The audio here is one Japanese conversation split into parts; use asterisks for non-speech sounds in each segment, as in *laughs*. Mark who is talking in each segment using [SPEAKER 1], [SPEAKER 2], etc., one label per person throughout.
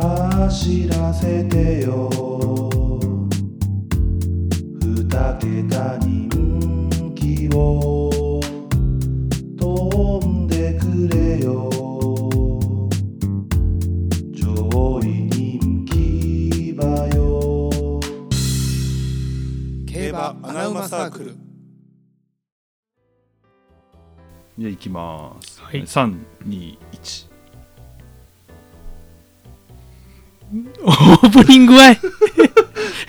[SPEAKER 1] 走らせてよ二桁人気を飛んでくれよ上位人気馬よ
[SPEAKER 2] 競馬アナウマサークル
[SPEAKER 3] じゃあ行きます、
[SPEAKER 4] はい
[SPEAKER 3] 321
[SPEAKER 4] オープニングは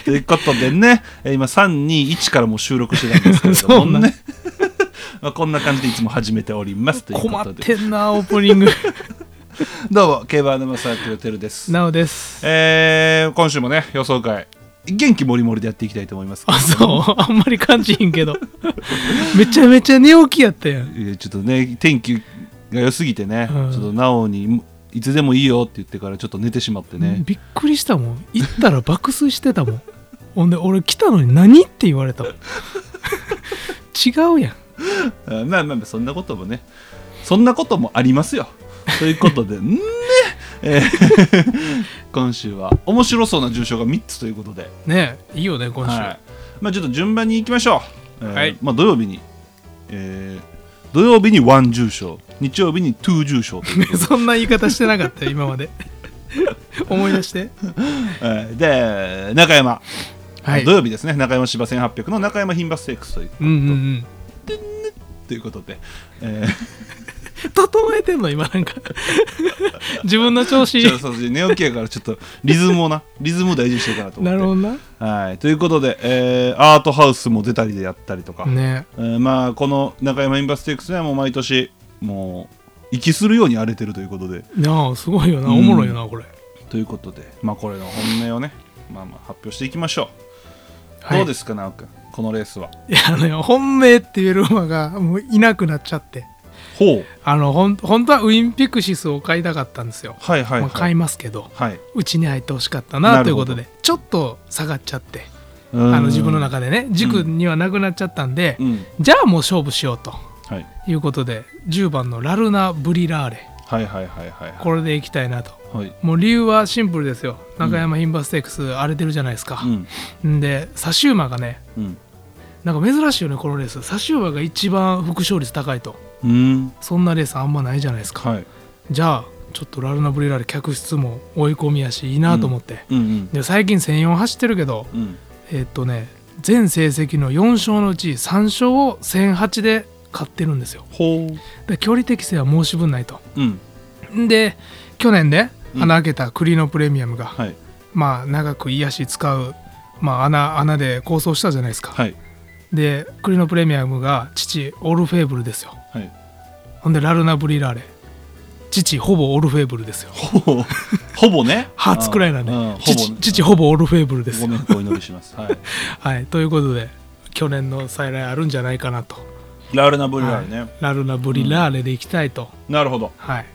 [SPEAKER 3] ということでねえー今321からもう収録してたんですけれども
[SPEAKER 4] *laughs* そうなん
[SPEAKER 3] ね *laughs* まあこんな感じでいつも始めておりますという
[SPEAKER 4] 困
[SPEAKER 3] こ
[SPEAKER 4] っ
[SPEAKER 3] とで
[SPEAKER 4] てんなオープニ
[SPEAKER 3] *laughs*
[SPEAKER 4] ング
[SPEAKER 3] どうも競馬アナマサークルテルです
[SPEAKER 4] なおです
[SPEAKER 3] えー今週もね予想会元気もりもりでやっていきたいと思い
[SPEAKER 4] *laughs*
[SPEAKER 3] ますけど
[SPEAKER 4] あそうあんまり感じひんけどめちゃめちゃ寝起きやったやん
[SPEAKER 3] えーちょっとね天気が良すぎてね、
[SPEAKER 4] うん
[SPEAKER 3] ちょっとなおにいつでもいいよって言ってからちょっと寝てしまってね、
[SPEAKER 4] びっくりしたもん行ったら爆睡してたもんほんで俺来たのに何って言われたもん違うやん
[SPEAKER 3] あまあまあまあそんなこともねそんなこともありますよということで *laughs* んね、えー *laughs* 今週は面白そうな重賞が3つということで、
[SPEAKER 4] ねえいいよね今週、
[SPEAKER 3] はいまあ、ちょっと順番に行きましょう、えー
[SPEAKER 4] はい
[SPEAKER 3] まあ、土曜日に、えー土曜日に1重賞日曜日に2重賞と
[SPEAKER 4] *laughs*
[SPEAKER 3] いうことで
[SPEAKER 4] そんな言い方してなかったよ今まで思い出して
[SPEAKER 3] えーで中山、
[SPEAKER 4] はい
[SPEAKER 3] 土曜日ですね中山芝1800の中山牝馬ステークスという
[SPEAKER 4] うんうん
[SPEAKER 3] ということで、えー
[SPEAKER 4] うん整えてんの今なんか自分の調 *laughs* 子
[SPEAKER 3] ちょっとそうですね寝起きやからちょっとリズムをなリズムを大事にしようかなと思っ
[SPEAKER 4] *laughs* な
[SPEAKER 3] て
[SPEAKER 4] るほどな
[SPEAKER 3] はい、ということで、えーアートハウスも出たりでやったりとか、
[SPEAKER 4] ね
[SPEAKER 3] えーまあこの中山インバステークスはもう毎年もう息するように荒れてるということで
[SPEAKER 4] なあすごいよな
[SPEAKER 3] うん
[SPEAKER 4] おもろいよなこれ、
[SPEAKER 3] ということでまあこれの本音をねまあまあ発表していきましょう、
[SPEAKER 4] はい
[SPEAKER 3] どうですか直くんこのレースはい
[SPEAKER 4] やあの本命って言える馬がもういなくなっちゃって
[SPEAKER 3] ほう
[SPEAKER 4] あのほん本当はウィンピクシスを買いたかったんですよ、
[SPEAKER 3] はいはい
[SPEAKER 4] ま
[SPEAKER 3] は
[SPEAKER 4] あ、
[SPEAKER 3] い、
[SPEAKER 4] 買いますけど
[SPEAKER 3] はいう
[SPEAKER 4] ちに入ってほしかった
[SPEAKER 3] な
[SPEAKER 4] な
[SPEAKER 3] る
[SPEAKER 4] という
[SPEAKER 3] ほ
[SPEAKER 4] こ
[SPEAKER 3] ど
[SPEAKER 4] とでちょっと下がっちゃって
[SPEAKER 3] あ
[SPEAKER 4] あの自分の中でね軸にはなくなっちゃったんで、
[SPEAKER 3] うん
[SPEAKER 4] じゃあもう勝負しようと
[SPEAKER 3] はい、
[SPEAKER 4] いうことで10番のラルナ・ブリラーレ
[SPEAKER 3] はいはいはいはいは
[SPEAKER 4] これでいきたいなと
[SPEAKER 3] いはい
[SPEAKER 4] もう理由はシンプルですよ中山牝馬ステークス荒れてるじゃないですか
[SPEAKER 3] う、ん
[SPEAKER 4] ん、でサシウマがね
[SPEAKER 3] うん
[SPEAKER 4] なんか珍しいよねこのレースサシウマが一番副勝率高いと
[SPEAKER 3] うん
[SPEAKER 4] そんなレースあんまないじゃないですか、
[SPEAKER 3] はい
[SPEAKER 4] じゃあちょっとラルナ・ブリラーレ客室も追い込みやしいいなと思って、
[SPEAKER 3] うんうん
[SPEAKER 4] で最近1004走ってるけど
[SPEAKER 3] うん
[SPEAKER 4] えーっとね全成績の4勝のうち3勝を1008で勝ってるんですよ
[SPEAKER 3] ほ
[SPEAKER 4] で距離適性は申し分ないと
[SPEAKER 3] ううん
[SPEAKER 4] んで去年ね
[SPEAKER 3] うん
[SPEAKER 4] 穴開けたクリノプレミアムが、
[SPEAKER 3] はい
[SPEAKER 4] まあ長く癒し使う、まあ、穴穴で構想したじゃないですか、
[SPEAKER 3] はい
[SPEAKER 4] でクリノプレミアムが父オルフェーブルですよ
[SPEAKER 3] はい
[SPEAKER 4] ほんでラルナ・ブリラーレ父ほぼオルフェーブルですよ
[SPEAKER 3] ほ
[SPEAKER 4] *laughs*
[SPEAKER 3] ぼほぼね
[SPEAKER 4] 初くらいなんで
[SPEAKER 3] うほぼ
[SPEAKER 4] 父父ほぼオルフェーブルです
[SPEAKER 3] ご
[SPEAKER 4] よ
[SPEAKER 3] めんお祈りしますはい
[SPEAKER 4] はい、ということで去年の再来あるんじゃないかなと
[SPEAKER 3] ラウルナブリラーね、
[SPEAKER 4] *laughs* はいラルナ・ブリラーレでいきたいと、
[SPEAKER 3] なるほど
[SPEAKER 4] はい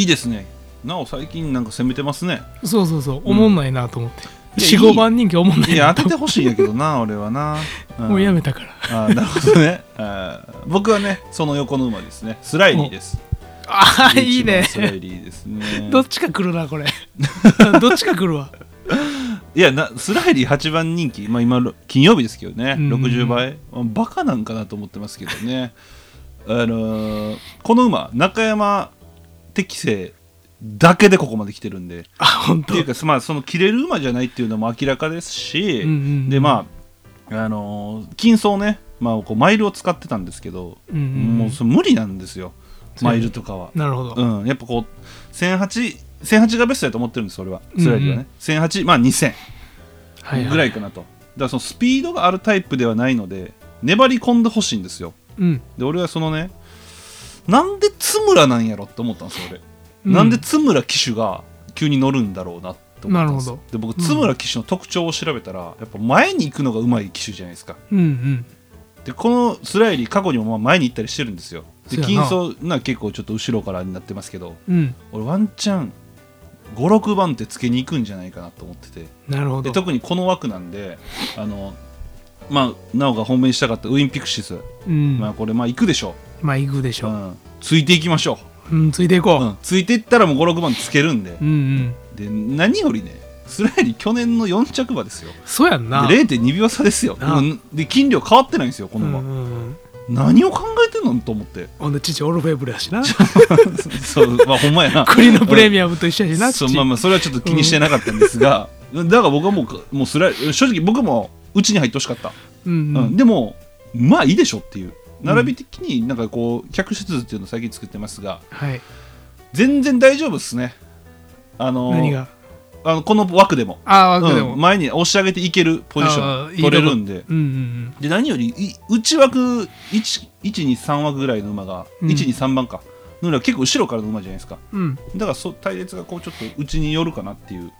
[SPEAKER 3] いいですねなお最近なんか攻めてますね
[SPEAKER 4] そうそうそうおもんないなと思って、
[SPEAKER 3] いやいい
[SPEAKER 4] 45番人気おもんないい
[SPEAKER 3] や
[SPEAKER 4] な
[SPEAKER 3] 当
[SPEAKER 4] と
[SPEAKER 3] ててほしいんやけど
[SPEAKER 4] *laughs*
[SPEAKER 3] な俺はな、ん
[SPEAKER 4] もうやめたから
[SPEAKER 3] あーなるほどねあー僕はねその横の馬ですねスライリーです
[SPEAKER 4] ああいい
[SPEAKER 3] 11
[SPEAKER 4] ね
[SPEAKER 3] 番スライリーですね
[SPEAKER 4] どっちか来るな
[SPEAKER 3] *laughs*
[SPEAKER 4] これどっちか来るわ
[SPEAKER 3] いやなスライリー8番人気、まあ、今ろ金曜日ですけどね
[SPEAKER 4] うん
[SPEAKER 3] 60倍バカなんかなと思ってますけどねあのーこの馬中山適正だけでここまで来てるんで
[SPEAKER 4] あ本
[SPEAKER 3] って
[SPEAKER 4] 当
[SPEAKER 3] いうか、まあ、その切れる馬じゃないっていうのも明らかですし、
[SPEAKER 4] うんうんうん
[SPEAKER 3] でまあ、あのー金層ね、まあ、こうマイルを使ってたんですけど、
[SPEAKER 4] うんうんうん
[SPEAKER 3] もうそれ無理なんですよマイルとかは、
[SPEAKER 4] なるほど、
[SPEAKER 3] うん、やっぱこう1008 1008がベストだと思ってるんです俺はスライドはね、
[SPEAKER 4] うんうん
[SPEAKER 3] 1008まあ2000
[SPEAKER 4] はいはい
[SPEAKER 3] ぐらいかなと、だからそのスピードがあるタイプではないので粘り込んでほしいんですよ
[SPEAKER 4] うん
[SPEAKER 3] で俺はそのねなんで津村なんやろって思ったんですよ俺、
[SPEAKER 4] うん
[SPEAKER 3] なんで津村騎手が急に乗るんだろうなって思ったんですよ
[SPEAKER 4] なる
[SPEAKER 3] で僕津村騎手の特徴を調べたら、やっぱ前に行くのがうまい騎手じゃないですか
[SPEAKER 4] うんうん
[SPEAKER 3] でこのスライリー過去にもまあ前に行ったりしてるんですよで
[SPEAKER 4] そうや
[SPEAKER 3] 金
[SPEAKER 4] な
[SPEAKER 3] 層な結構ちょっと後ろからになってますけど
[SPEAKER 4] うん
[SPEAKER 3] 俺ワンチャン56番手つけに行くんじゃないかなと思ってて
[SPEAKER 4] なるほ
[SPEAKER 3] で
[SPEAKER 4] ど
[SPEAKER 3] 特にこの枠なんであのまあなおが本命にしたかったウィンピクシス、
[SPEAKER 4] うん
[SPEAKER 3] まあこれまあ行くでしょ
[SPEAKER 4] まあ行くでし
[SPEAKER 3] う、う
[SPEAKER 4] ょ
[SPEAKER 3] ん、ついていきましょう
[SPEAKER 4] うん、ついていこ
[SPEAKER 3] うんついていったらもう56番つけるんで
[SPEAKER 4] う、うん、うん
[SPEAKER 3] で何よりねスラエリ去年の4着馬ですよ
[SPEAKER 4] そうやん
[SPEAKER 3] で
[SPEAKER 4] な
[SPEAKER 3] 0.2秒差ですよ
[SPEAKER 4] なあ
[SPEAKER 3] うんで金量変わってないんですよこの馬、
[SPEAKER 4] うんうんうん
[SPEAKER 3] 何を考えてんのと思って *laughs*
[SPEAKER 4] ほんで父オルフェーブルやしな
[SPEAKER 3] そうまあほんまやな
[SPEAKER 4] *laughs* 国のプレミアムと一緒やしな
[SPEAKER 3] そ
[SPEAKER 4] 父
[SPEAKER 3] うまあまあそれはちょっと気にしてなかったんですが、だから僕はもうもうスラ正直僕もうちに入ってほしかった、
[SPEAKER 4] うんう
[SPEAKER 3] うん
[SPEAKER 4] ん
[SPEAKER 3] でもまあいいでしょっていう並び的になんかこう客室図っていうのを最近作ってますが
[SPEAKER 4] はい
[SPEAKER 3] 全然大丈夫っすねあの
[SPEAKER 4] 何が
[SPEAKER 3] あのこの枠でも
[SPEAKER 4] ああ枠で
[SPEAKER 3] う
[SPEAKER 4] も
[SPEAKER 3] ん前に押し上げていけるポジシ
[SPEAKER 4] あ
[SPEAKER 3] ョ
[SPEAKER 4] あ
[SPEAKER 3] ン
[SPEAKER 4] いいとこ
[SPEAKER 3] 取れるんで
[SPEAKER 4] うんうん
[SPEAKER 3] で何よりい内枠1 123枠ぐらいの馬が、
[SPEAKER 4] うん
[SPEAKER 3] 123番かのよりは結構後ろからの馬じゃないですか
[SPEAKER 4] うんうん
[SPEAKER 3] だからそ隊列がこうちょっと内に寄るかなっていう、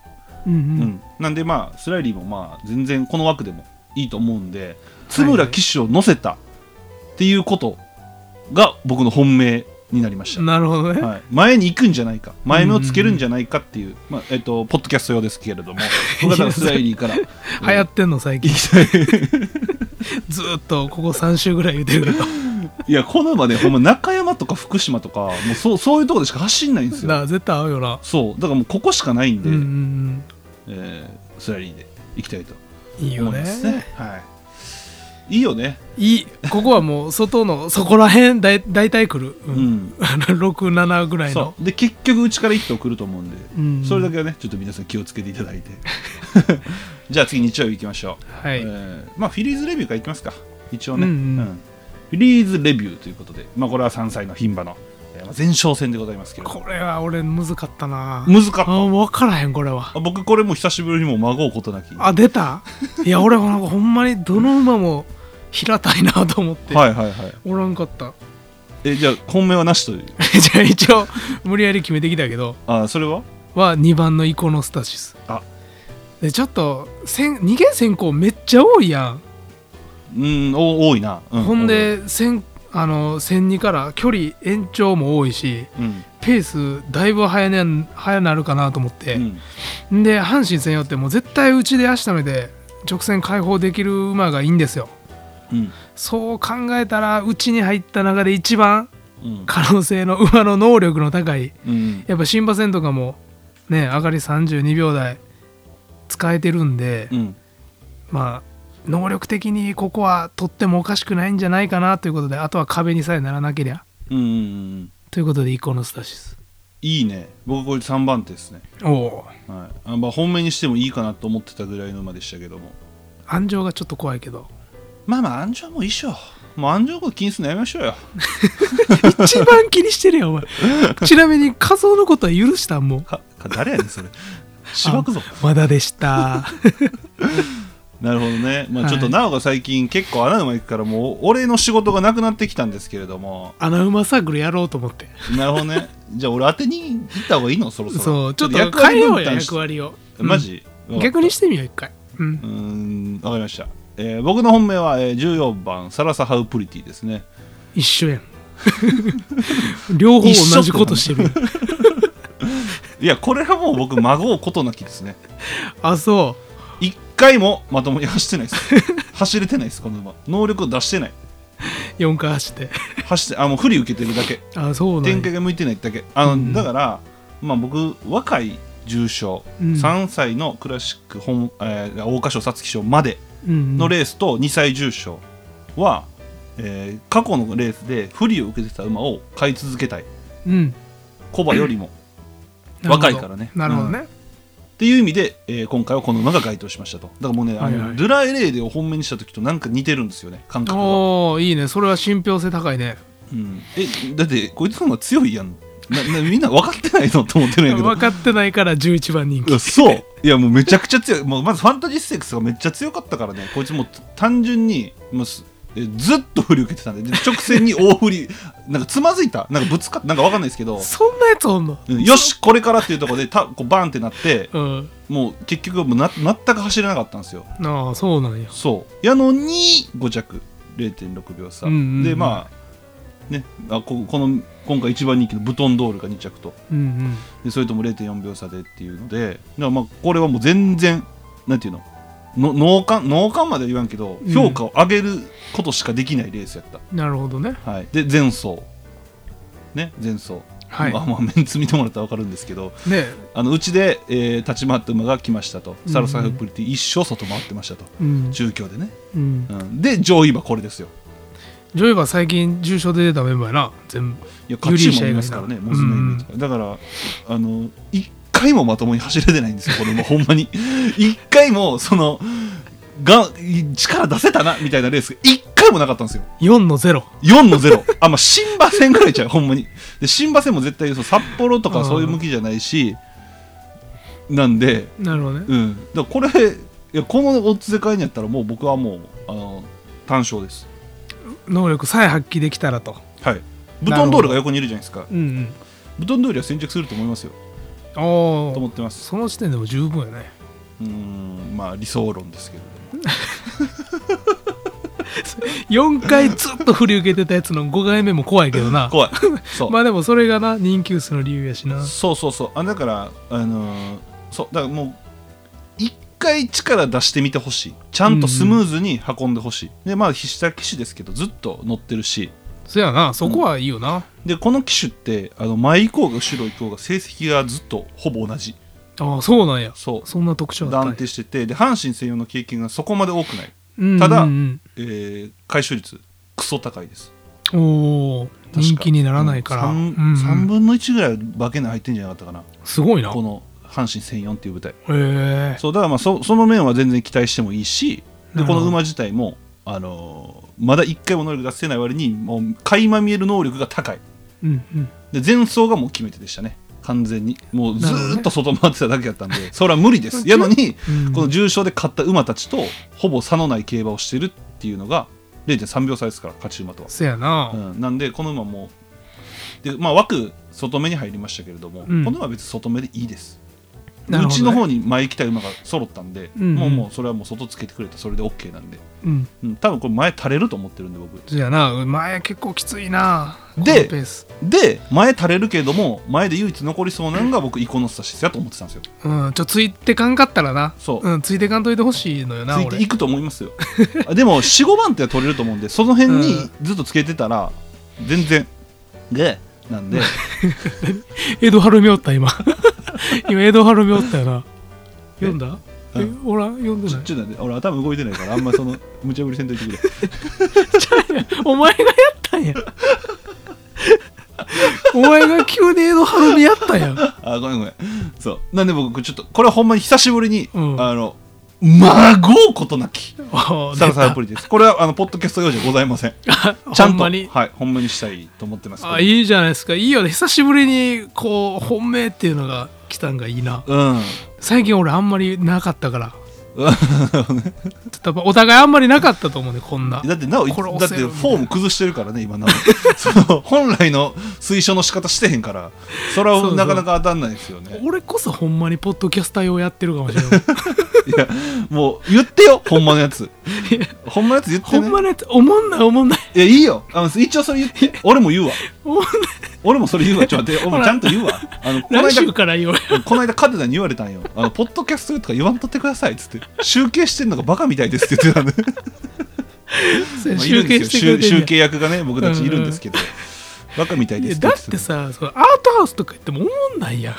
[SPEAKER 4] うん
[SPEAKER 3] うん
[SPEAKER 4] うん
[SPEAKER 3] なんでまあスライリーもまあ全然この枠でもいいと思うんで津
[SPEAKER 4] はいは
[SPEAKER 3] 村
[SPEAKER 4] い
[SPEAKER 3] 騎手を乗せたっていうことが僕の本命になりました、
[SPEAKER 4] なるほどね、
[SPEAKER 3] *laughs* はい、前に行くんじゃないか前目をつけるんじゃないかっていう、まあえっと、ポッドキャスト用ですけれ
[SPEAKER 4] *laughs*
[SPEAKER 3] ども僕はだからスライリーから
[SPEAKER 4] 流行ってんの最近
[SPEAKER 3] 行きたい
[SPEAKER 4] ずーっとここ3週ぐらい言うてるけど
[SPEAKER 3] *laughs* いやこの馬ねほんま中山とか福島とかもうそうそういうとこでしか走んないんですよ
[SPEAKER 4] な絶対合うよな
[SPEAKER 3] そうだからもうここしかないん
[SPEAKER 4] う
[SPEAKER 3] で、
[SPEAKER 4] んうん
[SPEAKER 3] えースラリーで行きたいと
[SPEAKER 4] うんいいよ
[SPEAKER 3] 思い
[SPEAKER 4] ね
[SPEAKER 3] ますねはい、いいよね
[SPEAKER 4] いいここはもう外のそこら辺だい大体来る、う
[SPEAKER 3] うんん、
[SPEAKER 4] あ *laughs* の67ぐらいの
[SPEAKER 3] そうで結局うちから一頭来ると思うんで、
[SPEAKER 4] うん
[SPEAKER 3] それだけはねちょっと皆さん気をつけていただいて
[SPEAKER 4] *laughs*
[SPEAKER 3] *laughs* じゃあ次日曜日行きましょう
[SPEAKER 4] はい、
[SPEAKER 3] えーまあフィリーズレビューからいきますか一応ね、
[SPEAKER 4] うんうん
[SPEAKER 3] フィリーズレビューということで、まあ、これは3歳の牝馬の、えーまあ前哨戦でございますけれども
[SPEAKER 4] これは俺むずかったな
[SPEAKER 3] 難かっ
[SPEAKER 4] あ
[SPEAKER 3] た
[SPEAKER 4] もう分からへんこれは
[SPEAKER 3] あ僕これもう久しぶりにも孫うことなき
[SPEAKER 4] あ出たいや俺なんかほんまにどの馬も平たいなと思って、
[SPEAKER 3] はいはいはい
[SPEAKER 4] おらんかった *laughs*
[SPEAKER 3] えじゃあ本命はなしという
[SPEAKER 4] じゃあ一応無理やり決めてきたけど
[SPEAKER 3] あそれは
[SPEAKER 4] は2番のイコノスタシス
[SPEAKER 3] あ
[SPEAKER 4] でちょっとせん逃げ先行めっちゃ多いやん、
[SPEAKER 3] うんお多いな、う
[SPEAKER 4] ほんで千あの千2から距離延長も多いし
[SPEAKER 3] 多いうん
[SPEAKER 4] ペースだいぶ早,、ね、早なるかなと思って、
[SPEAKER 3] うん
[SPEAKER 4] で阪神専用ってもう絶対うちで足ためて直線開放できる馬がいいんですよ
[SPEAKER 3] うん
[SPEAKER 4] そう考えたらうちに入った中で一番
[SPEAKER 3] うん
[SPEAKER 4] 可能性の馬の能力の高い
[SPEAKER 3] うん
[SPEAKER 4] やっぱ新馬戦とかもね上がり32秒台使えてるんで、
[SPEAKER 3] うん
[SPEAKER 4] まあ能力的にここは取ってもおかしくないんじゃないかなということであとは壁にさえならなけりゃ
[SPEAKER 3] うんうん
[SPEAKER 4] ということでイコノスタシス
[SPEAKER 3] いいね僕これ3番手ですね、
[SPEAKER 4] おお
[SPEAKER 3] はいあまあ、本命にしてもいいかなと思ってたぐらいの馬でしたけども
[SPEAKER 4] 安城がちょっと怖いけど
[SPEAKER 3] まあまあ安城もういいっしょもう安城のこと気にするのやめましょうよ
[SPEAKER 4] 一番気にしてるやんお前ちなみに仮想のことは許したんもう
[SPEAKER 3] かか誰やねんそれしばくぞ
[SPEAKER 4] まだでした
[SPEAKER 3] なるほどね、まあ、ちょっと
[SPEAKER 4] はい
[SPEAKER 3] なおが最近結構穴馬行くからもう俺の仕事がなくなってきたんですけれども
[SPEAKER 4] 穴馬サークルやろうと思って
[SPEAKER 3] なるほど
[SPEAKER 4] *laughs*
[SPEAKER 3] ね。じゃあ俺当てに行った方がいいのそろそろ。
[SPEAKER 4] そうちょっと変えようや
[SPEAKER 3] 分担し
[SPEAKER 4] 役割を
[SPEAKER 3] マジ、
[SPEAKER 4] うん逆にしてみよう一回うん
[SPEAKER 3] うーん、わかりました。えー僕の本命は、えー14番、サラサハウプリティですね。
[SPEAKER 4] 一緒やん *laughs* 両方同じことしてるやん
[SPEAKER 3] いや、これはもう僕、孫うことなきですね。
[SPEAKER 4] あそ
[SPEAKER 3] 一回もまともに走ってない
[SPEAKER 4] *laughs*
[SPEAKER 3] です。走れてないです、この馬。能力を出してない。
[SPEAKER 4] う4回走って
[SPEAKER 3] 走って、あ、もう不利受けてるだけ。
[SPEAKER 4] あそうなんや
[SPEAKER 3] 展開が向いてないだけ。あの、
[SPEAKER 4] うん
[SPEAKER 3] だから、まあ僕、若い重賞、
[SPEAKER 4] うん
[SPEAKER 3] 3歳のクラシック本、えー、桜花賞、皐月賞まで。
[SPEAKER 4] うん
[SPEAKER 3] のレースと2歳重賞は、えー過去のレースで不利を受けてた馬を買い続けたい
[SPEAKER 4] うん
[SPEAKER 3] コバよりも
[SPEAKER 4] なるほど
[SPEAKER 3] 若いからね
[SPEAKER 4] なるほどね、
[SPEAKER 3] っていう意味で、えー今回はこの馬が該当しましたとだからもうね、
[SPEAKER 4] はいはい
[SPEAKER 3] あのドゥラエレーデを本命にした時となんか似てるんですよね感覚が、
[SPEAKER 4] おーいいねそれは信憑性高いね
[SPEAKER 3] うん、えだってこいつの方が強いやんななみんな分かってないのと思ってるんやけど
[SPEAKER 4] 分かってないから11番人
[SPEAKER 3] い
[SPEAKER 4] 気
[SPEAKER 3] やそういやもうめちゃくちゃ強いもうまずファンタジーステークスがめっちゃ強かったからねこいつもう単純にもうすえずっと振り受けてたんでで直線に大振り *laughs* なんかつまずいたなんかぶつかったなんかわかんないですけど、
[SPEAKER 4] そんなやつおんの
[SPEAKER 3] うんよしこれからっていうところでたこうバーンってなって
[SPEAKER 4] うん
[SPEAKER 3] もう結局もうな全く走れなかったんですよ
[SPEAKER 4] ああそうなんや
[SPEAKER 3] そうやのに5着0.6秒差、
[SPEAKER 4] うんうんうん
[SPEAKER 3] でまあねあここの今回一番人気のブトンドールが2着と
[SPEAKER 4] うん
[SPEAKER 3] でそれとも0.4秒差でっていうのでだからまあこれはもう全然なんていうのの脳幹脳幹までは言わんけど
[SPEAKER 4] うん
[SPEAKER 3] 評価を上げることしかできないレースやった、
[SPEAKER 4] うんなるほどね
[SPEAKER 3] はい、で前走ね前走
[SPEAKER 4] はい
[SPEAKER 3] まあまあメンツ見てもらったら分かるんですけど
[SPEAKER 4] ね
[SPEAKER 3] あのうちで、えー立ち回った馬が来ましたと
[SPEAKER 4] うん
[SPEAKER 3] サルサイフプリティ一生外回ってましたと
[SPEAKER 4] うん、
[SPEAKER 3] 中京でね、
[SPEAKER 4] うん、
[SPEAKER 3] うん、で上位馬これですよ
[SPEAKER 4] ジョイは最近重症で出たメンバーやな全部
[SPEAKER 3] いや勝ち
[SPEAKER 4] 有利
[SPEAKER 3] も
[SPEAKER 4] 者
[SPEAKER 3] い
[SPEAKER 4] 以外な
[SPEAKER 3] ますからねモズメインとか、だからあの一回もまともに走れてないんですよこれもほんまに *laughs* 一回もそのが力出せたなみたいなレースが一回もなかったんですよ
[SPEAKER 4] 4の0
[SPEAKER 3] 4の0あ *laughs* まあ新馬戦ぐらいちゃうほんまにで新馬戦も絶対そう札幌とかそういう向きじゃないしなんで
[SPEAKER 4] なるほどね
[SPEAKER 3] うんだからこれいやこのオッズで買いにやったらもう僕はもうあの単勝です
[SPEAKER 4] 能力さえ発揮できたらと
[SPEAKER 3] はいブトンドールが横にいるじゃないですか
[SPEAKER 4] うん
[SPEAKER 3] ブトンドールは先着すると思いますよ
[SPEAKER 4] うんお
[SPEAKER 3] と
[SPEAKER 4] お
[SPEAKER 3] 思ってます
[SPEAKER 4] その時点でも十分やね
[SPEAKER 3] うーんまあ理想論ですけれども
[SPEAKER 4] 4回ずっと振り受けてたやつの5回目も怖いけどな
[SPEAKER 3] *laughs* 怖いそう、
[SPEAKER 4] まあでもそれがな人気薄の理由やしな
[SPEAKER 3] そうそうそうあだからあのーそうだからもう一回力出してみてほしいちゃんとスムーズに運んでほしい、でまあ筆者騎手ですけどずっと乗ってるし
[SPEAKER 4] そやなそこはいいよな、
[SPEAKER 3] でこの騎手ってあの前行こうが後ろ行こうが成績がずっとほぼ同じ
[SPEAKER 4] ああそうなんや
[SPEAKER 3] そう
[SPEAKER 4] そんな特徴だった
[SPEAKER 3] 断
[SPEAKER 4] んや
[SPEAKER 3] 定しててで阪神専用の経験がそこまで多くない、
[SPEAKER 4] うん
[SPEAKER 3] ただ
[SPEAKER 4] うん
[SPEAKER 3] えー回収率クソ高いです
[SPEAKER 4] うんおー
[SPEAKER 3] 確か
[SPEAKER 4] 人気にならないから、
[SPEAKER 3] 3,
[SPEAKER 4] うんうん
[SPEAKER 3] 分の1ぐらいは馬券に入ってんじゃなかったかな
[SPEAKER 4] すごいなへ
[SPEAKER 3] この阪神専用っていう舞台
[SPEAKER 4] え
[SPEAKER 3] そうだからまあそその面は全然期待してもいいしで
[SPEAKER 4] なる
[SPEAKER 3] こ
[SPEAKER 4] ほど
[SPEAKER 3] の馬自体も、あのーまだ1回も能力出せない割にもう垣間見える能力が高い
[SPEAKER 4] うんうん
[SPEAKER 3] で前走がもう決めてでしたね完全にもうず
[SPEAKER 4] なるほど
[SPEAKER 3] ーっ
[SPEAKER 4] ね
[SPEAKER 3] と外回ってただけだったんで、 *laughs* それは無理
[SPEAKER 4] *laughs*
[SPEAKER 3] ですやのに
[SPEAKER 4] うん
[SPEAKER 3] この重賞で勝った馬たちとほぼ差のない競馬をしてるっていうのが0.3秒差ですから勝ち馬とは、
[SPEAKER 4] そやな、
[SPEAKER 3] うん、なんでこの馬もで、まあ、枠外目に入りましたけれども、
[SPEAKER 4] うん
[SPEAKER 3] この馬は別に外目でいいです
[SPEAKER 4] なる
[SPEAKER 3] う
[SPEAKER 4] ほどね
[SPEAKER 3] ちの方に前行きたい馬が揃ったんで、
[SPEAKER 4] うんうん
[SPEAKER 3] もうもうそれはもう外つけてくれたらそれで OK なんで、
[SPEAKER 4] うん
[SPEAKER 3] うん、多分これ前垂れると思ってるんで僕
[SPEAKER 4] そやな前結構きついな
[SPEAKER 3] で
[SPEAKER 4] このペース、
[SPEAKER 3] で前垂れるけれども前で唯一残りそうなのが僕イコノスタシスやと思ってたんですよ
[SPEAKER 4] うん、ちょついてかんかったらな
[SPEAKER 3] そう
[SPEAKER 4] うん、ついてかんといてほしいのよな
[SPEAKER 3] つい
[SPEAKER 4] 俺
[SPEAKER 3] ていくと思いますよあでも45番手は取れると思うんでその辺
[SPEAKER 4] う
[SPEAKER 3] に
[SPEAKER 4] ん
[SPEAKER 3] ずっとつけてたら全然でなん
[SPEAKER 4] *laughs*
[SPEAKER 3] で
[SPEAKER 4] 江戸春美
[SPEAKER 3] *laughs*
[SPEAKER 4] おった今今江戸春美おったよな読んだ
[SPEAKER 3] え
[SPEAKER 4] え
[SPEAKER 3] う
[SPEAKER 4] ほら読んで
[SPEAKER 3] ち
[SPEAKER 4] な
[SPEAKER 3] ょ
[SPEAKER 4] い
[SPEAKER 3] ちょっと待って俺頭動いてないからあんまその無茶ぶりせんといてくれ
[SPEAKER 4] お前がやったんや *laughs* お前が急に江戸春美やった
[SPEAKER 3] *laughs*
[SPEAKER 4] んや
[SPEAKER 3] あごめんごめんそうなんで僕ちょっとこれはほんまに久しぶりに、
[SPEAKER 4] うん
[SPEAKER 3] あのまごうことなき
[SPEAKER 4] おー
[SPEAKER 3] サラサラ
[SPEAKER 4] 出た
[SPEAKER 3] プリです。これはあのポッドキャスト用じゃございま
[SPEAKER 4] *laughs*
[SPEAKER 3] せん。 *laughs* ちゃ
[SPEAKER 4] ほ
[SPEAKER 3] ん
[SPEAKER 4] ん
[SPEAKER 3] と
[SPEAKER 4] まに
[SPEAKER 3] はい、ほんまにしたいと思ってますけど。
[SPEAKER 4] あいいじゃないですかいいよね久しぶりにこう本命っていうのが来たんがいいな
[SPEAKER 3] うん。 *laughs*
[SPEAKER 4] 最近俺あんまりなかったから
[SPEAKER 3] う
[SPEAKER 4] ちょっとやっぱお互いあんまりなかったと思うねこんな
[SPEAKER 3] だってなお、だっ
[SPEAKER 4] これ
[SPEAKER 3] て
[SPEAKER 4] 押せ
[SPEAKER 3] フ
[SPEAKER 4] る
[SPEAKER 3] ォーム崩してるからね、今なお。 *laughs* その本来の推奨の仕方してへんから、それ
[SPEAKER 4] そう
[SPEAKER 3] は
[SPEAKER 4] そう
[SPEAKER 3] なかなか当たんないですよね。
[SPEAKER 4] 俺こそほんまにポッドキャスター用やってるか
[SPEAKER 3] *laughs*
[SPEAKER 4] もしれない
[SPEAKER 3] いや、もう言ってよ、ほんまのや
[SPEAKER 4] *laughs*
[SPEAKER 3] つ。ほんまのやつ言って
[SPEAKER 4] ほ
[SPEAKER 3] ね
[SPEAKER 4] ん。まのやつおもんないおもんない
[SPEAKER 3] いや、いいよ。あの一応それ言って。俺も言うわ。
[SPEAKER 4] おもんな
[SPEAKER 3] 俺もそれ言うわ。ちょっと待
[SPEAKER 4] *laughs*
[SPEAKER 3] って、俺もちゃんと言うわ。あの、この
[SPEAKER 4] い来
[SPEAKER 3] 間
[SPEAKER 4] 週から言おうよ
[SPEAKER 3] この間カデナに言われたんよ「あのポッドキャストとか言わんとってください」っつって「集計してんのがバカみたいです」って言ってたん
[SPEAKER 4] *laughs*
[SPEAKER 3] でまあいる
[SPEAKER 4] 集
[SPEAKER 3] んで
[SPEAKER 4] 計
[SPEAKER 3] すよ
[SPEAKER 4] して
[SPEAKER 3] 集
[SPEAKER 4] くれて
[SPEAKER 3] 集
[SPEAKER 4] んね
[SPEAKER 3] 計役がね僕たちいるんですけど、バカみたい
[SPEAKER 4] んい
[SPEAKER 3] で
[SPEAKER 4] や
[SPEAKER 3] す
[SPEAKER 4] だ
[SPEAKER 3] 言
[SPEAKER 4] って
[SPEAKER 3] た
[SPEAKER 4] さそのアートハウスとか言ってもおもんないやん *laughs*
[SPEAKER 3] い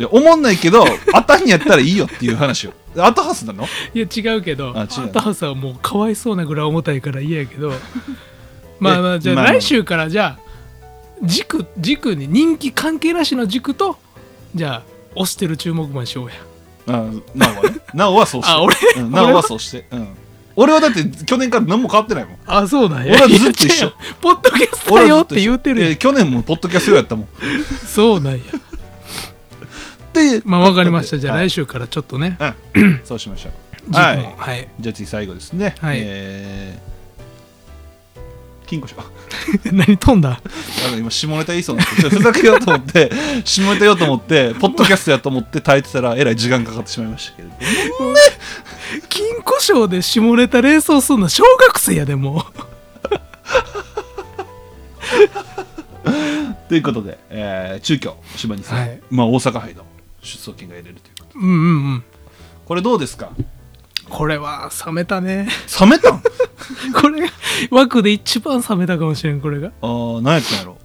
[SPEAKER 3] や思んないけど当たんやったらいいよ *laughs* っていう話をアトハウスなの
[SPEAKER 4] いや違うけど
[SPEAKER 3] あ違う
[SPEAKER 4] アートハウスはもうかわいそうなぐらい重たいから嫌やけ
[SPEAKER 3] *laughs*
[SPEAKER 4] どまあまあじゃ
[SPEAKER 3] まあ
[SPEAKER 4] あ
[SPEAKER 3] まあ
[SPEAKER 4] 来週からじゃあ軸軸に人気関係なしの軸とじゃあ押してる注目馬にしようや
[SPEAKER 3] あなおはねなおはそうして
[SPEAKER 4] あ俺
[SPEAKER 3] うんなおはそうしてうん俺はだって去年から何も変わってないもん
[SPEAKER 4] あそうなんや
[SPEAKER 3] 俺はずっと一緒
[SPEAKER 4] いや違うポッドキャスト
[SPEAKER 3] 俺
[SPEAKER 4] よ
[SPEAKER 3] はず
[SPEAKER 4] っ
[SPEAKER 3] と
[SPEAKER 4] て言うてる
[SPEAKER 3] い
[SPEAKER 4] や
[SPEAKER 3] や去年もポッドキャスト用や
[SPEAKER 4] *laughs*
[SPEAKER 3] ったもん
[SPEAKER 4] んそうなんや
[SPEAKER 3] で
[SPEAKER 4] まあわかりましたじゃあ
[SPEAKER 3] はい
[SPEAKER 4] 来週からちょっとね
[SPEAKER 3] うんそうしましょう
[SPEAKER 4] 軸
[SPEAKER 3] はい
[SPEAKER 4] もはい *laughs*
[SPEAKER 3] じゃあ次最後ですね。
[SPEAKER 4] はい
[SPEAKER 3] えー金庫 *laughs* 賞。あ
[SPEAKER 4] 何飛んだ
[SPEAKER 3] の今下ネタ言いそうになんです
[SPEAKER 4] *laughs*
[SPEAKER 3] けどふざけようと思って、下ネタ言おうと思って、ポッドキャストやと思って耐えてたら、えらい時間かかってしまいましたけれど。
[SPEAKER 4] 金庫賞で下ネタ連想すんの小学生やでも
[SPEAKER 3] ということで、えー中京、島にさん、
[SPEAKER 4] はい
[SPEAKER 3] まあ大阪杯の出走権が得れるという。
[SPEAKER 4] ううんうんうん
[SPEAKER 3] これどうですか
[SPEAKER 4] これは冷めたね *laughs*
[SPEAKER 3] 冷めたん
[SPEAKER 4] これが枠で一番冷めたかもしれんこれが
[SPEAKER 3] ああ、何やったんやろ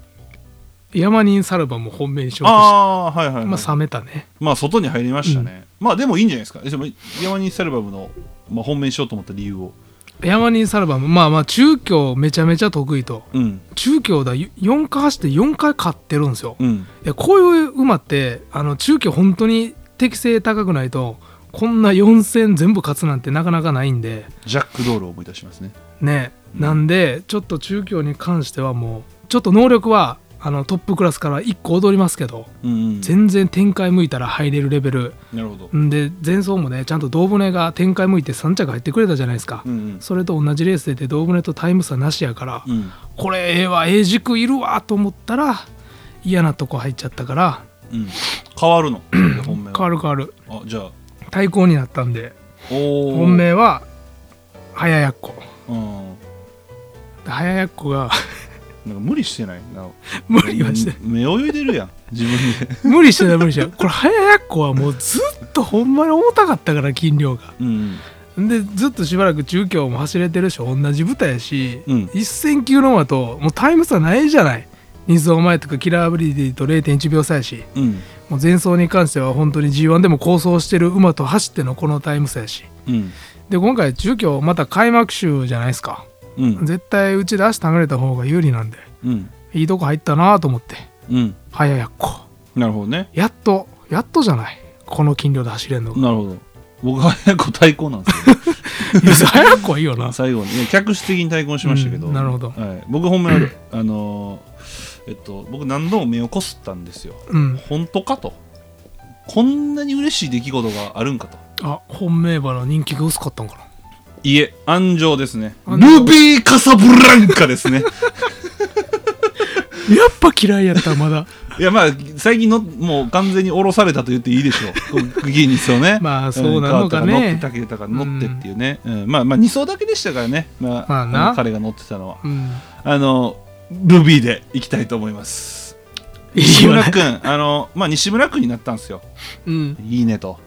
[SPEAKER 4] 山人さらばも本命にしようとし
[SPEAKER 3] ああーはいはい、は
[SPEAKER 4] て
[SPEAKER 3] い
[SPEAKER 4] まあ冷めたね
[SPEAKER 3] まあ外に入りましたね、まあでもいいんじゃないですかえでも山西サルバムの、まあ、本命にしようと思った理由を
[SPEAKER 4] 山人さらばもまあまあ中京めちゃめちゃ得意と
[SPEAKER 3] うん
[SPEAKER 4] 中京だ4回走って4回勝ってるんですよ
[SPEAKER 3] うん
[SPEAKER 4] いやこういう馬ってあの中京本当に適性高くないとこんな4戦全部勝つなんてなかなかないんで
[SPEAKER 3] ジャックドールを思い出しますね
[SPEAKER 4] ねなんでちょっと中京に関してはもうちょっと能力はあのトップクラスから1個踊りますけど
[SPEAKER 3] うん、うん、
[SPEAKER 4] 全然展開向いたら入れるレベル
[SPEAKER 3] なるほど
[SPEAKER 4] んで前走もねちゃんと胴舟が展開向いて3着入ってくれたじゃないですか、
[SPEAKER 3] うんうん
[SPEAKER 4] それと同じレースでて胴舟とタイム差なしやから、
[SPEAKER 3] うん
[SPEAKER 4] これええわええ軸いるわと思ったら嫌なとこ入っちゃったから
[SPEAKER 3] うん変わるの本命は
[SPEAKER 4] 変わる変わる
[SPEAKER 3] あじゃあ
[SPEAKER 4] 対抗になったんで
[SPEAKER 3] おお
[SPEAKER 4] 本命は早やっこ
[SPEAKER 3] うん
[SPEAKER 4] 早やっこが *laughs*
[SPEAKER 3] なんか無理してないな
[SPEAKER 4] 無理はして
[SPEAKER 3] 目泳いでるやん自分
[SPEAKER 4] *laughs*
[SPEAKER 3] で
[SPEAKER 4] 無理してない無理してないこれ早やっこはもうずっとほんまに重たかったから筋量が
[SPEAKER 3] うん
[SPEAKER 4] でずっとしばらく中京も走れてるし同じ舞台やし、
[SPEAKER 3] うん
[SPEAKER 4] 1000級の馬ともうタイム差ないじゃない2走前とかキラーアブリティと0.1秒差やし
[SPEAKER 3] うん
[SPEAKER 4] もう前走に関しては本当に G1 でも構想してる馬と走ってのこのタイム差やし
[SPEAKER 3] うん
[SPEAKER 4] で今回中京また開幕週じゃないですか
[SPEAKER 3] うん
[SPEAKER 4] 絶対うちで足ためれた方が有利なんで
[SPEAKER 3] うん
[SPEAKER 4] いいとこ入ったなと思って
[SPEAKER 3] うん
[SPEAKER 4] 早やっこ
[SPEAKER 3] なるほどね
[SPEAKER 4] やっとやっとじゃないこの筋量で走れんのが
[SPEAKER 3] なるほど僕は早く対抗なん
[SPEAKER 4] *laughs*
[SPEAKER 3] ですよ
[SPEAKER 4] いや早やっこはいいよな
[SPEAKER 3] 最後にいや客室的に対抗しましたけど、
[SPEAKER 4] うんなるほど
[SPEAKER 3] はい、僕本命あるあのーえっと僕何度も目をこすったんですよ
[SPEAKER 4] うん
[SPEAKER 3] 本当かとこんなに嬉しい出来事があるんかと
[SPEAKER 4] あ本命馬の人気が薄かったんかない
[SPEAKER 3] え安城ですね
[SPEAKER 4] 安城
[SPEAKER 3] ルビーカサブランカですね *laughs*
[SPEAKER 4] やっぱ嫌いやったまだ
[SPEAKER 3] いやまあ最近のもう完全に降ろされたと言っていいでし
[SPEAKER 4] *laughs*
[SPEAKER 3] ょうギーニスをね
[SPEAKER 4] まあそうなのかね
[SPEAKER 3] ん川田が乗って武田が乗ってっていうね、うんまあまあ2走だけでしたからね、まあ、
[SPEAKER 4] まあな
[SPEAKER 3] あの彼が乗ってたのは
[SPEAKER 4] うん
[SPEAKER 3] あのルビーでいきたいと思います西
[SPEAKER 4] *laughs* いよ
[SPEAKER 3] 村
[SPEAKER 4] ね
[SPEAKER 3] 君あのまあ西村君になったんですよ
[SPEAKER 4] うん
[SPEAKER 3] いいねと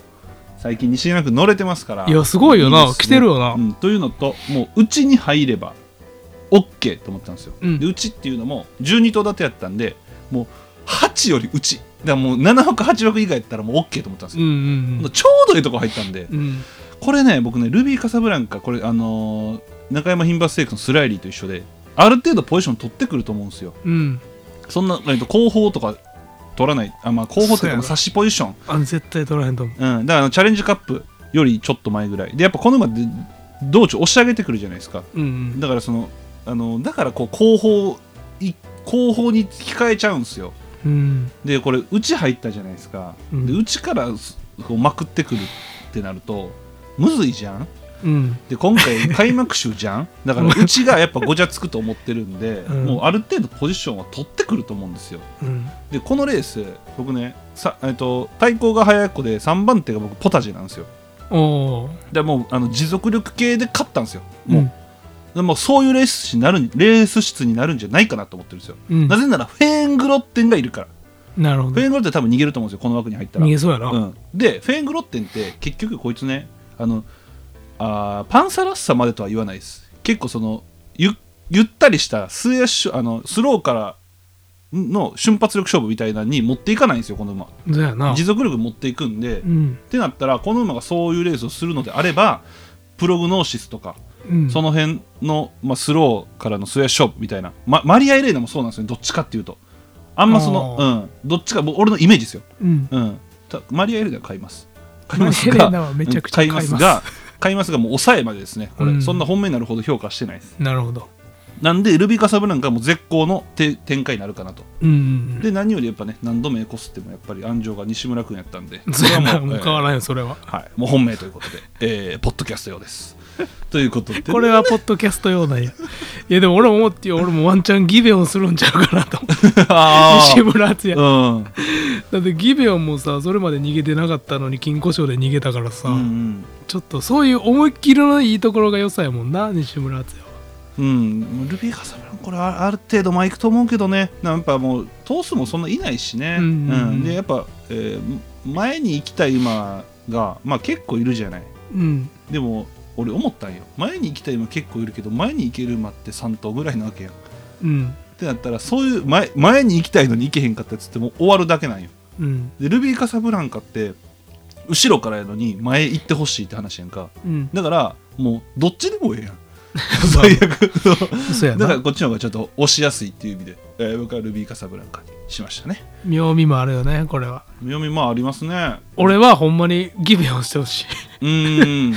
[SPEAKER 3] 最近西村君乗れてますから
[SPEAKER 4] いやすごいよな
[SPEAKER 3] ですね
[SPEAKER 4] 来てるよな
[SPEAKER 3] うんというのともううちに入れば OK と思ったんですよ、
[SPEAKER 4] うん
[SPEAKER 3] でうちっていうのも12頭立てやったんでもう8よりうちだからもう7枠8枠以外やったらもう OK と思ったんです
[SPEAKER 4] うん
[SPEAKER 3] よ、
[SPEAKER 4] うん
[SPEAKER 3] ちょうどいいとこ入ったんで、
[SPEAKER 4] うん
[SPEAKER 3] これね僕ねルビー・カサブランカこれあのー中山牝馬ステークスのスライリーと一緒である程度ポジション取ってくると思うんですよ
[SPEAKER 4] うん
[SPEAKER 3] そんな、えっと、後方とか取らない、あまあ、後方と
[SPEAKER 4] そう
[SPEAKER 3] いうか、
[SPEAKER 4] やな
[SPEAKER 3] まあ差しポジション、
[SPEAKER 4] あ絶対取らへんと思う
[SPEAKER 3] うん、だからあのチャレンジカップよりちょっと前ぐらい、でやっぱこの馬で道中押し上げてくるじゃないですか、
[SPEAKER 4] うん
[SPEAKER 3] だからその、あのだからこう後方い後方に控えちゃうんですよ、
[SPEAKER 4] うん
[SPEAKER 3] でこれ、内入ったじゃないですか、
[SPEAKER 4] うん
[SPEAKER 3] で内からすこうまくってくるってなると、むずいじゃん。
[SPEAKER 4] うん
[SPEAKER 3] で今回開幕週じゃ
[SPEAKER 4] *laughs*
[SPEAKER 3] んだからうちがやっぱごちゃつくと思ってるんで、
[SPEAKER 4] うん
[SPEAKER 3] もうある程度ポジションは取ってくると思うんですよ
[SPEAKER 4] うん
[SPEAKER 3] でこのレース僕ねさ、えっと対抗が早い子で3番手が僕ポタジェなんですよ
[SPEAKER 4] おー
[SPEAKER 3] でもうあの持続力系で勝ったんですよ
[SPEAKER 4] う
[SPEAKER 3] もう,、
[SPEAKER 4] ん
[SPEAKER 3] でもうそういうレースになるんレース質になるんじゃないかなと思ってるんですよ、
[SPEAKER 4] うん
[SPEAKER 3] なぜならフェーングロッテンがいるから、
[SPEAKER 4] なるほ
[SPEAKER 3] フ
[SPEAKER 4] ど
[SPEAKER 3] ェーングロッテン多分逃げると思うんですよこの枠に入ったら
[SPEAKER 4] 逃げそうやな
[SPEAKER 3] うん、でフェーングロッテンって結局こいつねあのあーパンサラッサまでとは言わないです結構そのゆゆったりしたスエシュあのスローからの瞬発力勝負みたいなのに持っていかないんですよこの馬
[SPEAKER 4] そうやな
[SPEAKER 3] 持続力持っていくんで、
[SPEAKER 4] う
[SPEAKER 3] っ
[SPEAKER 4] ん
[SPEAKER 3] てなったらこの馬がそういうレースをするのであればプログノーシスとか、
[SPEAKER 4] うん
[SPEAKER 3] その辺の、まあ、スローからのスエシュ勝負みたいな、まマリア・エレーナもそうなんですよねどっちかっていうとあんまその、
[SPEAKER 4] あ
[SPEAKER 3] うん、どっちかもう俺のイメージですよ
[SPEAKER 4] うん
[SPEAKER 3] うん、たマリア・エレナは買います。買い
[SPEAKER 4] まあ
[SPEAKER 3] ま
[SPEAKER 4] ヘ
[SPEAKER 3] す
[SPEAKER 4] レ
[SPEAKER 3] が、
[SPEAKER 4] ナはめちゃくちゃ
[SPEAKER 3] 買い
[SPEAKER 4] 買い
[SPEAKER 3] ま
[SPEAKER 4] ますす
[SPEAKER 3] が、買いますが、もう抑えまでですね、これ、
[SPEAKER 4] うん
[SPEAKER 3] そんな本命になるほど評価はしてないです。
[SPEAKER 4] なるほど
[SPEAKER 3] なんで、ルビカサブランカも絶好のて展開になるかなと。
[SPEAKER 4] うん
[SPEAKER 3] で、何よりやっぱね、何度もエコスっても、やっぱり安城が西村君やったんで、
[SPEAKER 4] *laughs* そうやな
[SPEAKER 3] も
[SPEAKER 4] もう変わらんよそれは
[SPEAKER 3] えーはい、もう本命ということで、 *laughs* えーポッドキャスト用です。 *laughs* ということで、
[SPEAKER 4] これはポッドキャスト用なんや。いやでも俺も思ってよ俺もワンチャンギベオンするんちゃうかなと思って。
[SPEAKER 3] *laughs* あ *laughs*
[SPEAKER 4] 西村敦也。
[SPEAKER 3] ー、うん、
[SPEAKER 4] だってギベオンもさそれまで逃げてなかったのに金庫賞で逃げたからさ、
[SPEAKER 3] うんうん、
[SPEAKER 4] ちょっとそういう思いっきりのいいところが良さやもんな西村敦也は。
[SPEAKER 3] うん、ルビーカサブランカこれはある程度まあいくと思うけどねなんかやっぱもう投数もそんないないしね、
[SPEAKER 4] うんうんうん
[SPEAKER 3] でやっぱ、えー前に行きたい馬が、まあ、結構いるじゃない
[SPEAKER 4] うん
[SPEAKER 3] でも俺思ったんよ前に行きたい馬結構いるけど前に行ける馬って3頭ぐらいなわけやん
[SPEAKER 4] うん
[SPEAKER 3] ってなったらそういう前前に行きたいのに行けへんかったやつってもう終わるだけなんよ
[SPEAKER 4] うん
[SPEAKER 3] でルビー・カサブランカって後ろからやのに前行ってほしいって話やんか
[SPEAKER 4] うん
[SPEAKER 3] だからもうどっちでもええやん *laughs* 最悪
[SPEAKER 4] そうや
[SPEAKER 3] だか
[SPEAKER 4] な
[SPEAKER 3] らこっちの方がちょっと押しやすいっていう意味で、えー僕はルビー・カサブランカにしましたね
[SPEAKER 4] 妙味もあるよねこれは
[SPEAKER 3] 読みまあありますね
[SPEAKER 4] 俺はほんまにギビアンしてほしい
[SPEAKER 3] うー
[SPEAKER 4] *laughs*
[SPEAKER 3] ん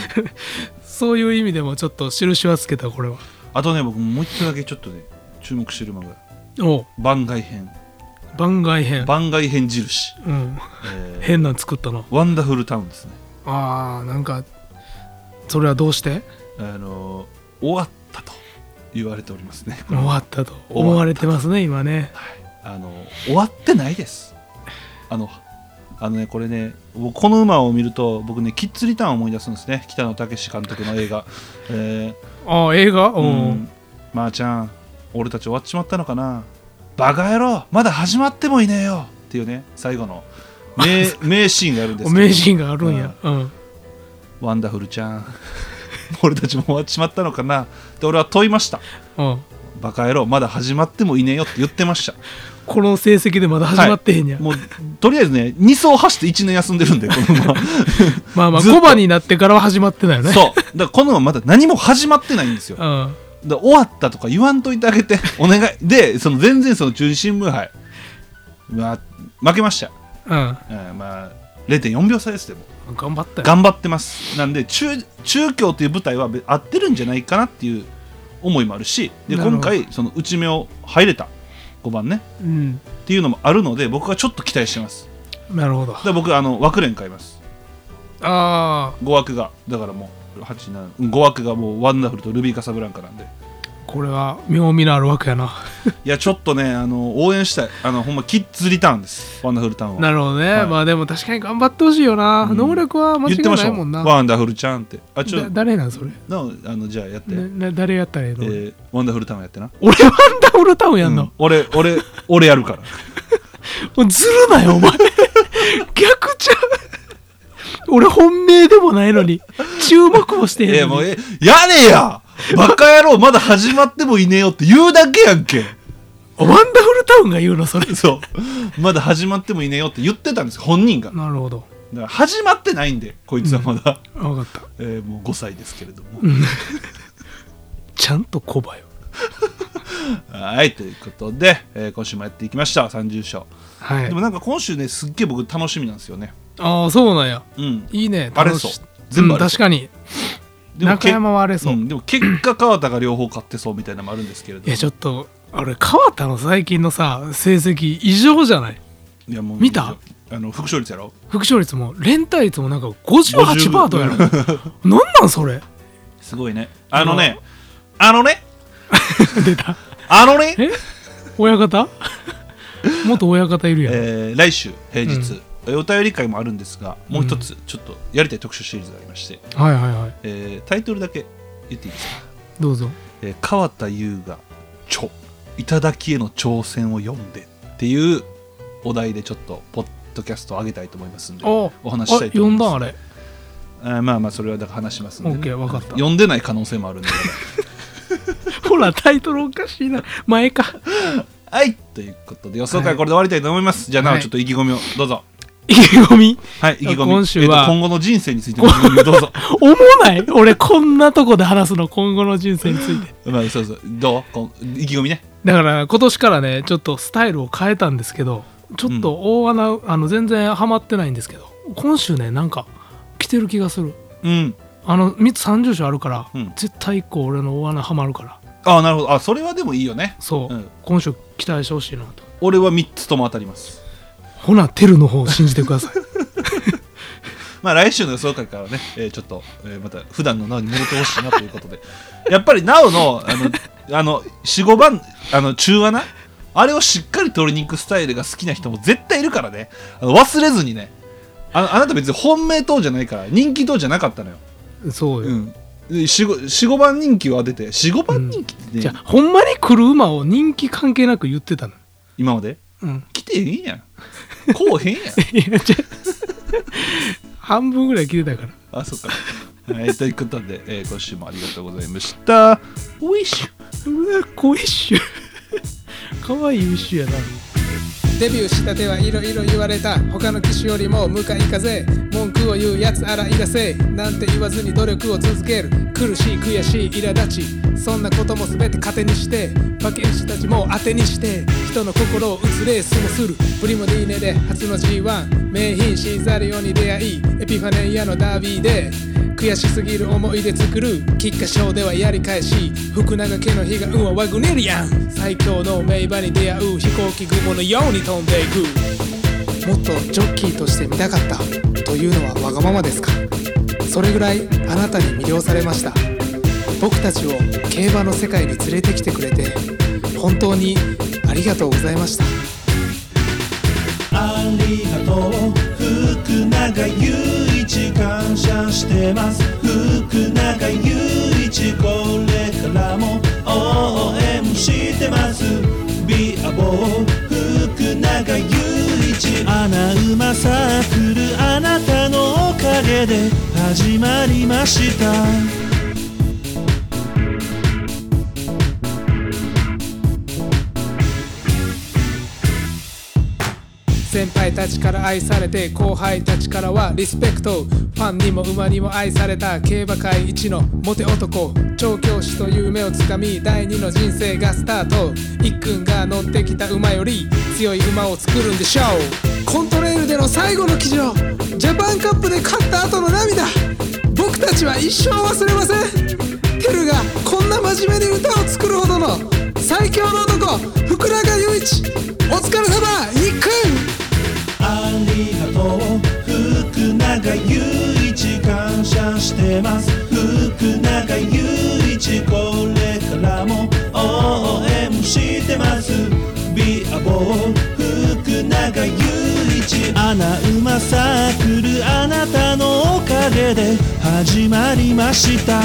[SPEAKER 4] そういう意味でもちょっと印はつけたこれは
[SPEAKER 3] あとね僕もう一個だけちょっとね注目してる漫画
[SPEAKER 4] おう
[SPEAKER 3] 番外編
[SPEAKER 4] 番外編
[SPEAKER 3] 番外編印、
[SPEAKER 4] うん
[SPEAKER 3] えー
[SPEAKER 4] 変なん作ったな
[SPEAKER 3] ワンダフルタウンですね
[SPEAKER 4] あーなんかそれはどうして
[SPEAKER 3] あのー終わったと言われておりますね、
[SPEAKER 4] 終わったと思われてますね今ね
[SPEAKER 3] はい、あのー終わってないですあのあのねこれね僕この馬を見ると僕ねキッズリターンを思い出すんですね北野武監督の映画、えー
[SPEAKER 4] ああ映画おう
[SPEAKER 3] うん、まー、ちゃん俺たち終わっちまったのかなバカ野郎まだ始まってもいねえよっていうね最後
[SPEAKER 4] *laughs*
[SPEAKER 3] の名名シーンがあるんですけど
[SPEAKER 4] 名シーンがあるんやうん
[SPEAKER 3] ワンダフルちゃん *laughs* 俺たちも終わっちまったのかなって俺は問いました
[SPEAKER 4] うん
[SPEAKER 3] バカ野郎まだ始まってもいねえよって言ってました
[SPEAKER 4] この成績でまだ始まってへんや、
[SPEAKER 3] もうとりあえずね2走走って1年休んでるんでこの馬
[SPEAKER 4] *laughs* まあまあ
[SPEAKER 3] ずっと
[SPEAKER 4] コバになってからは始まってないよね
[SPEAKER 3] そうだからこの馬まだ何も始まってないんですよだか
[SPEAKER 4] ん
[SPEAKER 3] ら終わったとか言わんといてあげてお願いでその全然その中日新聞杯、まあ、負けました
[SPEAKER 4] うん
[SPEAKER 3] えーまあ0.4秒差ですでも
[SPEAKER 4] 頑張ったよ
[SPEAKER 3] 頑張ってますなんで中中京という舞台はべ合ってるんじゃないかなっていう思いもあるしで
[SPEAKER 4] なるほど
[SPEAKER 3] 今回その内目を入れた5番ね
[SPEAKER 4] うん
[SPEAKER 3] っていうのもあるので僕はちょっと期待してます
[SPEAKER 4] なるほど
[SPEAKER 3] だから僕あの枠連買います
[SPEAKER 4] あ
[SPEAKER 3] 5枠がだからもう875枠がもうワンダフルとルビーカサブランカなんで
[SPEAKER 4] あこれは妙味のあるわけやない
[SPEAKER 3] やちょっとねあの応援したいあのほんまキッズリターンですワンダフルターンは
[SPEAKER 4] なるほどね、
[SPEAKER 3] はい
[SPEAKER 4] まあでも確かに頑張ってほしいよな、
[SPEAKER 3] うん
[SPEAKER 4] 能力は間違
[SPEAKER 3] 言っ
[SPEAKER 4] い
[SPEAKER 3] てました
[SPEAKER 4] ない
[SPEAKER 3] も
[SPEAKER 4] も
[SPEAKER 3] ん
[SPEAKER 4] んな
[SPEAKER 3] ワンダフルちゃんってあちょ
[SPEAKER 4] だ誰なんそれ
[SPEAKER 3] なおあのじゃあやって、
[SPEAKER 4] なな誰やったらええ
[SPEAKER 3] え
[SPEAKER 4] の、
[SPEAKER 3] ーワンダフルターンやってな
[SPEAKER 4] *laughs* 俺ワンダフルタウンやんの、
[SPEAKER 3] うん俺俺俺やる
[SPEAKER 4] *laughs*
[SPEAKER 3] から
[SPEAKER 4] おいずるなよお前逆ちゃう俺本命でもないのに注目もしてへん
[SPEAKER 3] え
[SPEAKER 4] のに
[SPEAKER 3] えもうえやれやバカ野郎まだ始まってもいねえよって言うだけやん
[SPEAKER 4] *laughs*
[SPEAKER 3] け
[SPEAKER 4] ワンダフルタウンが言うのそれ
[SPEAKER 3] そうまだ始まってもいねえよって言ってたんです本人がだか
[SPEAKER 4] なるほど
[SPEAKER 3] ら始まってないんでこいつはまだ、
[SPEAKER 4] 分かった
[SPEAKER 3] えーもう5歳ですけれども、
[SPEAKER 4] ちゃんとコバよ
[SPEAKER 3] はいということで、えー今週もやっていきました30章
[SPEAKER 4] はい
[SPEAKER 3] でもなんか今週ねすっげえ僕楽しみなんですよね
[SPEAKER 4] ああそうなんや
[SPEAKER 3] うん
[SPEAKER 4] いいね
[SPEAKER 3] あれ
[SPEAKER 4] 楽し
[SPEAKER 3] そう全部あれ
[SPEAKER 4] ん確かに
[SPEAKER 3] でも
[SPEAKER 4] 中山はあれそう
[SPEAKER 3] うんでも結果川田が両方勝ってそうみたいなのもあるんですけれど
[SPEAKER 4] いやちょっとあれ川田の最近のさ成績異常じゃない
[SPEAKER 3] いやもう
[SPEAKER 4] 見た
[SPEAKER 3] あの副勝率やろ
[SPEAKER 4] 副勝率も連帯率もなんか58%とやろなんなんそれ
[SPEAKER 3] すごいねあのねあのね
[SPEAKER 4] *laughs* 出た
[SPEAKER 3] あのね
[SPEAKER 4] え親方 *laughs* 元親方いるやん、
[SPEAKER 3] えー来週平
[SPEAKER 4] う
[SPEAKER 3] 日、えーお便り会もあるんですがもう一つちょっとやりたい特集シリーズがありまして、
[SPEAKER 4] はいはいはい
[SPEAKER 3] えータイトルだけ言っていいですか、
[SPEAKER 4] どうぞ
[SPEAKER 3] えー川田優が「著頂きへの挑戦を読んで」っていうお題でちょっとポッドキャストを上げたいと思いますんで
[SPEAKER 4] お
[SPEAKER 3] お話ししたいと思います
[SPEAKER 4] あ読んだあれ
[SPEAKER 3] あーまあまあそれはだから話しますんで、
[SPEAKER 4] オッケーわかった
[SPEAKER 3] 読んでない可能性もあるん
[SPEAKER 4] *laughs*
[SPEAKER 3] で
[SPEAKER 4] ほらタイトルおかしいな前か
[SPEAKER 3] はいということで予想会これで終わりたいと思います、じゃあなおちょっと意気込みをどうぞ
[SPEAKER 4] 意気込み
[SPEAKER 3] はい意気込み
[SPEAKER 4] 今週は
[SPEAKER 3] えーと今後の人生についての意気込みをどうぞ
[SPEAKER 4] 思わない俺こんなとこで話すの今後の人生について
[SPEAKER 3] まあそうそうどうこん意気込みね
[SPEAKER 4] だから今年からねちょっとスタイルを変えたんですけどちょっと大穴、あの全然ハマってないんですけど今週ねなんか来てる気がする
[SPEAKER 3] うん
[SPEAKER 4] あの3つ30章あるから、
[SPEAKER 3] うん
[SPEAKER 4] 絶対1個俺の大穴ハマるから
[SPEAKER 3] ああなるほどあそれはでもいいよね
[SPEAKER 4] そう、
[SPEAKER 3] うん
[SPEAKER 4] 今週期待してほしいなと
[SPEAKER 3] 俺は3つとも当たります
[SPEAKER 4] ほなテルの方を信じてください
[SPEAKER 3] まあ来週の予想会からね、えーちょっと、えーまた普段のなおに戻ってほしいなということで *laughs* やっぱりなおのあのあの45番あの中穴あれをしっかり取りに行くスタイルが好きな人も絶対いるからねあの忘れずにねあのあなた別に本命党じゃないから人気党じゃなかったのよ、 *laughs*
[SPEAKER 4] そうよ、
[SPEAKER 3] うん、45番人気を当てて45番人気ってね、
[SPEAKER 4] じゃあほんまに来る馬を人気関係なく言ってたの
[SPEAKER 3] 今まで
[SPEAKER 4] うん
[SPEAKER 3] 来てへんやんこうへんやん
[SPEAKER 4] いやじゃあ半分ぐらい聞いてたから
[SPEAKER 3] あ、そっか。はい、ということで、えー今週もありがとうございました。ウィッシュ
[SPEAKER 5] *laughs*
[SPEAKER 4] うわ、小一種。
[SPEAKER 5] 可愛いウィッシュやな
[SPEAKER 4] デビューしたてはいろいろ言われた他の機種よりも向かい風文句を言うやつ洗い出せなんて言わずに努力を続ける苦しい悔しい苛立ちそんなことも全て糧にして馬券師たちも当てにして人の心を打つレースもするプリモディーネで初の G1 名品シーザリオに出会いエピファネイアのダービーで悔しすぎる思い出作る菊花賞ではやり返し福永家の悲願はワグネリアン最強の名馬に出会う飛行機雲のように飛んでいくもっとジョッキーとして見たかったというのはわがままですかそれぐらいあなたに魅了されました僕たちを競馬の世界に連れてきてくれて本当にありがとうございました
[SPEAKER 1] ありがとう福永祐一感謝してます福永祐一これからも応援してますビアボー福永祐一穴馬サークルあなたのおかげで始まりました
[SPEAKER 4] 先輩たちから愛されて後輩たちからはリスペクトファンにも馬にも愛された競馬界一のモテ男調教師という夢をつかみ第二の人生がスタート一君が乗ってきた馬より強い馬を作るんでしょうコントレールでの最後の騎乗ジャパンカップで勝った後の涙僕たちは一生忘れませんテルがこんな真面目に歌を作るほどの最強の男福永祐一お疲れ様一君
[SPEAKER 1] ありがとう福永祐一感謝してます福永祐一これからも応援してますビアボー福永祐一穴馬サークルあなたのおかげで始まりました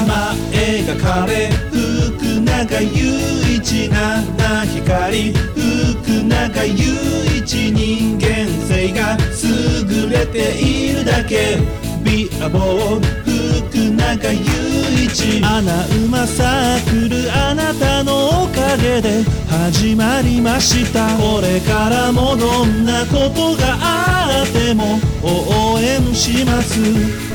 [SPEAKER 1] 前が壁福永祐一七光福永祐一人間性が優れているだけビアボー福永祐一穴馬サークルあなたのおかげで始まりましたこれからもどんなことがあっても応援します